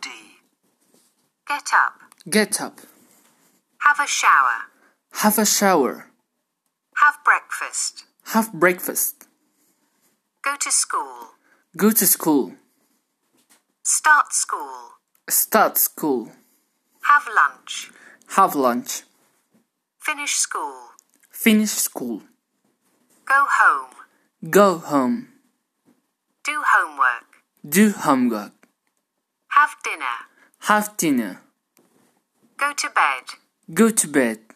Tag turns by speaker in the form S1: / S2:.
S1: D. Get up.
S2: Get up.
S1: Have a shower.
S2: Have a shower.
S1: Have breakfast.
S2: Have breakfast.
S1: Go to school.
S2: Go to school.
S1: Start school.
S2: Start school.
S1: Have lunch.
S2: Have lunch.
S1: Finish school.
S2: Finish school.
S1: Go home.
S2: Go home.
S1: Do homework.
S2: Do homework.
S1: Have dinner.
S2: Have dinner.
S1: Go to bed.
S2: Go to bed.